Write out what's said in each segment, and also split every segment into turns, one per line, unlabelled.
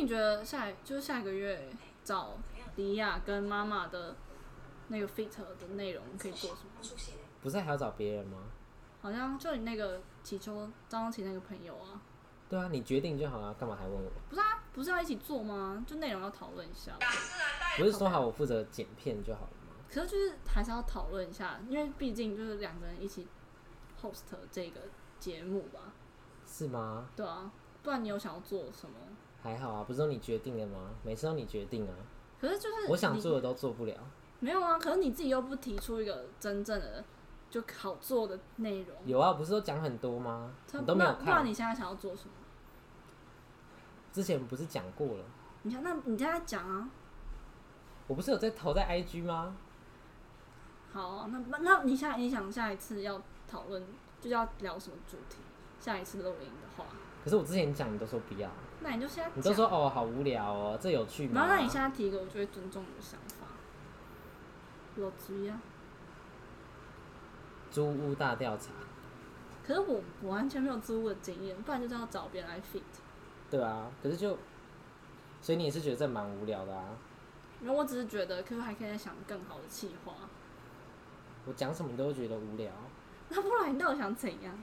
你觉得下一就是下个月找迪亚跟妈妈的那个 fit 的内容可以做什么？
不是还要找别人吗？
好像就你那个起初张张琪那个朋友啊，
对啊，你决定就好了，干嘛还问我？
不是啊，不是要一起做吗？就内容要讨论一下，哎
不是说好我负责剪片就好了吗？
可是就是还是要讨论一下，因为毕竟就是两个人一起 host 这个节目吧，
是吗？
对啊，不然你有想要做什么？
还好啊，不是都你决定的吗？每次都你决定啊，
可是就是
我想
你
做的都做不了。
没有啊，可是你自己又不提出一个真正的就好做的内容，
有啊，不是都讲很多吗？你都没有
那不然
看，
你现在想要做什么？
之前不是讲过了？
你看，那你现在讲啊。
我不是有在投在 IG 吗？
好啊那那那你下你想下一次要讨论，就是要聊什么主题？下一次录音的话，
可是我之前讲你都说不要，
那你就现在
你都
讲。
说哦好无聊哦，这有趣
然
吗
后？那你现在提一个，我就会尊重你的想法。裸子啊，
租屋大调查，
可是我我完全没有租屋的经验，不然就是要找别人来 fit。
对啊，可是就，所以你也是觉得这蛮无聊的啊？
因为我只是觉得，可是还可以再想更好的计划。
我讲什么你都会觉得无聊，
那不然你到底想怎样？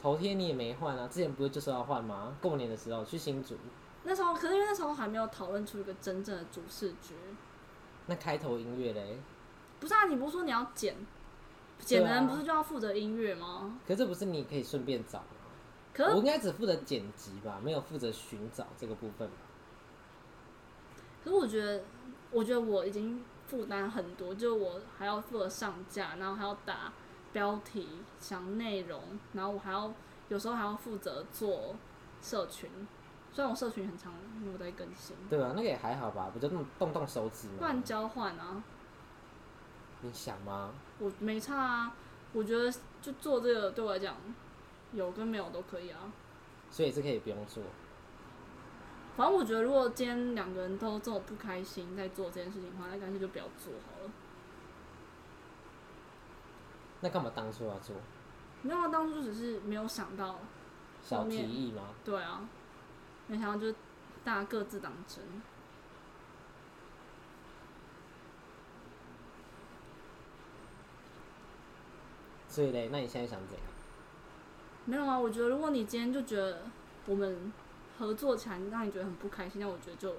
头贴你也没换啊，之前不是就说要换吗？过年的时候去新竹，
那时候，可是因为那时候还没有讨论出一个真正的主视觉。
那开头音乐嘞，
不是啊，你不是说你要剪，剪的人
对啊
不是就要负责音乐吗？
可是这不是你可以顺便找吗？
可
我
是
应该只负责剪辑吧，没有负责寻找这个部分吧。
可是我觉得，我觉得我已经负担很多，就我还要负责上架，然后还要打标题、想内容，然后我还要有时候还要负责做社群，虽然我社群很常没有在更新，
对吧？那个也还好吧，不就动动动手指
不然
吗？
交换啊，
你想吗？
我没差啊，我觉得就做这个对我来讲，有跟没有都可以啊。
所以这可以不用做。
反正我觉得，如果今天两个人都这么不开心在做这件事情的话，那干脆就不要做好了。
那干嘛当初要做？
没有啊，当初只是没有想到，
小
后
提
面
议吗？
对啊，没想到就是大家各自当真。
所以嘞，那你现在想怎样？
没有啊，我觉得如果你今天就觉得我们合作起来让你觉得很不开心，那我觉得就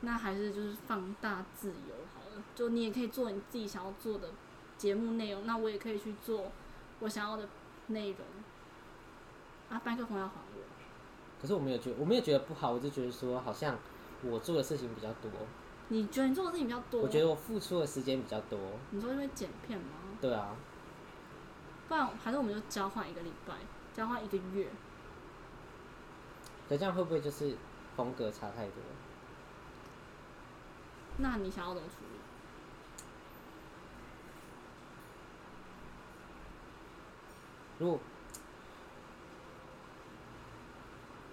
那还是就是放大自由好了。就你也可以做你自己想要做的节目内容，那我也可以去做我想要的内容。啊，麦克风要还我。
可是我没有觉我没有觉得不好，我就觉得说好像我做的事情比较多，
你觉得你做的事情比较多？
我觉得我付出的时间比较多。
你说因为剪片吗？
对啊，
不然还是我们就交换一个礼拜，交换一个月。
可这样会不会就是风格差太多？
那你想要怎么处理？
如果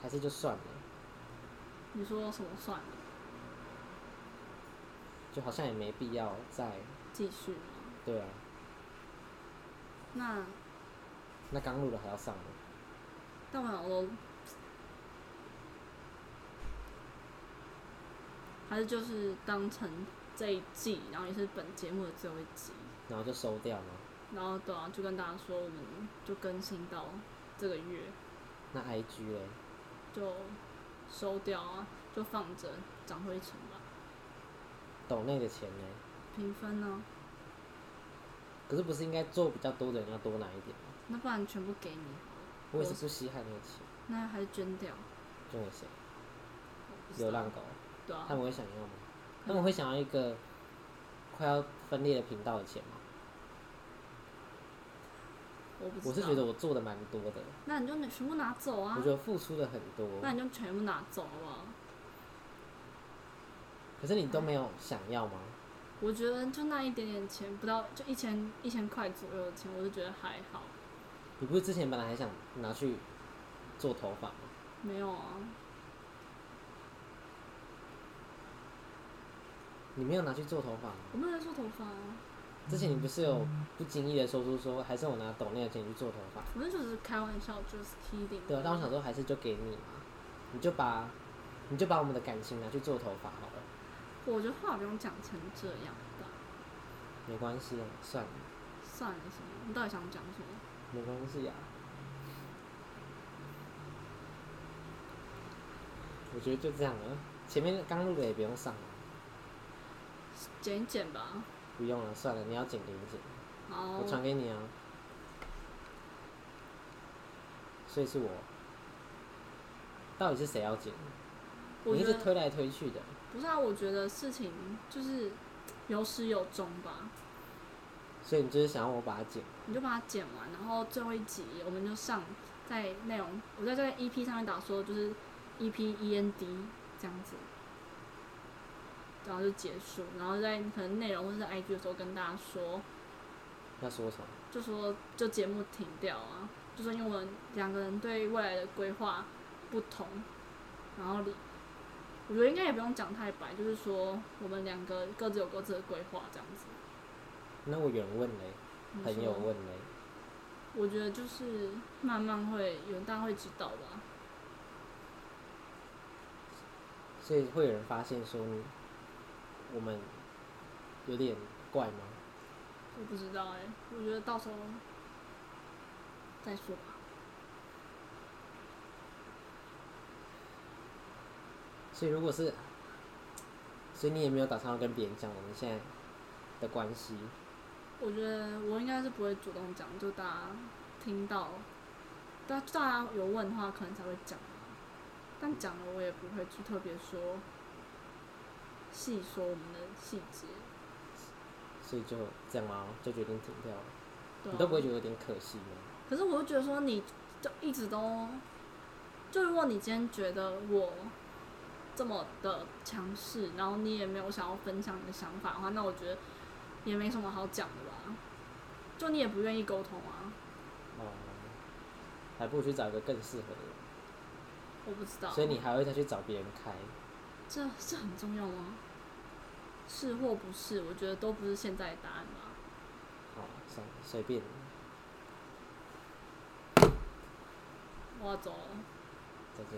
还是就算了，
你说什么算了？
就好像也没必要再
继续吗？
对啊。
那
那刚录的还要上吗？
但我想说，还是就是当成这一季，然后也是本节目的最后一集，
然后就收掉吗？
然后对啊，就跟大家说，我们就更新到这个月
那 IG 嘞？
就收掉啊，就放着长灰尘吧，
抖内的钱嘞？
评分呢、
可是不是应该做比较多的人要多拿一点吗？
那不然全部给你好了，
我也是不稀罕那个钱，
那还是捐掉。
就给谁？
我不知道
流浪狗，
对
他
啊，
们会想要吗？他们会想要一个快要分裂的频道的钱吗？
我不知道。
我是觉得我做的蛮多的，
那你就拿全部拿走啊
我觉，得付出的很多，
那你就全部拿走好不好？
可是你都没有想要吗？
我觉得就那一点点钱，不到就一千一千块左右的钱，我就觉得还好。
你不是之前本来还想拿去做头发吗？
没有啊，
你没有拿去做头发吗？
我没有在做头发啊，
之前你不是有不经意的说出说，还是我拿抖内的钱去做头发？啊
我那就只是开玩笑，就是 kidding。
对啊，但我想说还是就给你嘛，你就把你就把我们的感情拿去做头发好了，
我觉得话不用讲成这样吧，
没关系，啊算了，
算了，行了，你到底想讲什么？
没关系啊。我觉得就这样了，前面刚录的也不用上了，
剪一剪吧。
不用了，算了，你要剪给你剪，
好
我，传给你啊。所以是我，到底是谁要剪？
我
你一
觉
直
得
推来推去的，
不是啊，我觉得事情就是有始有终吧。
所以你就是想要我把它剪。
你就把它剪完，然后最后一集我们就上在内容，我在这个 EP 上面打说就是 E EP END 这样子，然后就结束，然后在可能内容或是 IG 的时候跟大家说，
要说什么？
就说就节目停掉啊，就说因为我们两个人对未来的规划不同，然后理，我觉得应该也不用讲太白，就是说我们两个各自有各自的规划这样子。
那我有人问嘞，
你
朋友
说
问嘞，
我觉得就是慢慢会有大家会知道吧。
所以会有人发现说你我们有点怪吗？
我不知道哎、我觉得到时候再说吧。
所以如果是，所以你也没有打算要跟别人讲我们现在的关系，
我觉得我应该是不会主动讲，就大家听到，大大家有问的话，可能才会讲吧。但讲了，我也不会去特别说细说我们的细节，
所以就这样啊，就决定停掉了。
对、啊、
你都不会觉得有点可惜吗？
可是我又觉得说，你就一直都，就如果你今天觉得我这么的强势，然后你也没有想要分享你的想法的话，那我觉得也没什么好讲的吧。就你也不愿意沟通啊，
哦、还不如去找一个更适合的人。
我不知道。
所以你还会再去找别人开？
这这很重要吗？是或不是，我觉得都不是现在的答案吧。
好，算了，哦随便你，
我要走了，
再见。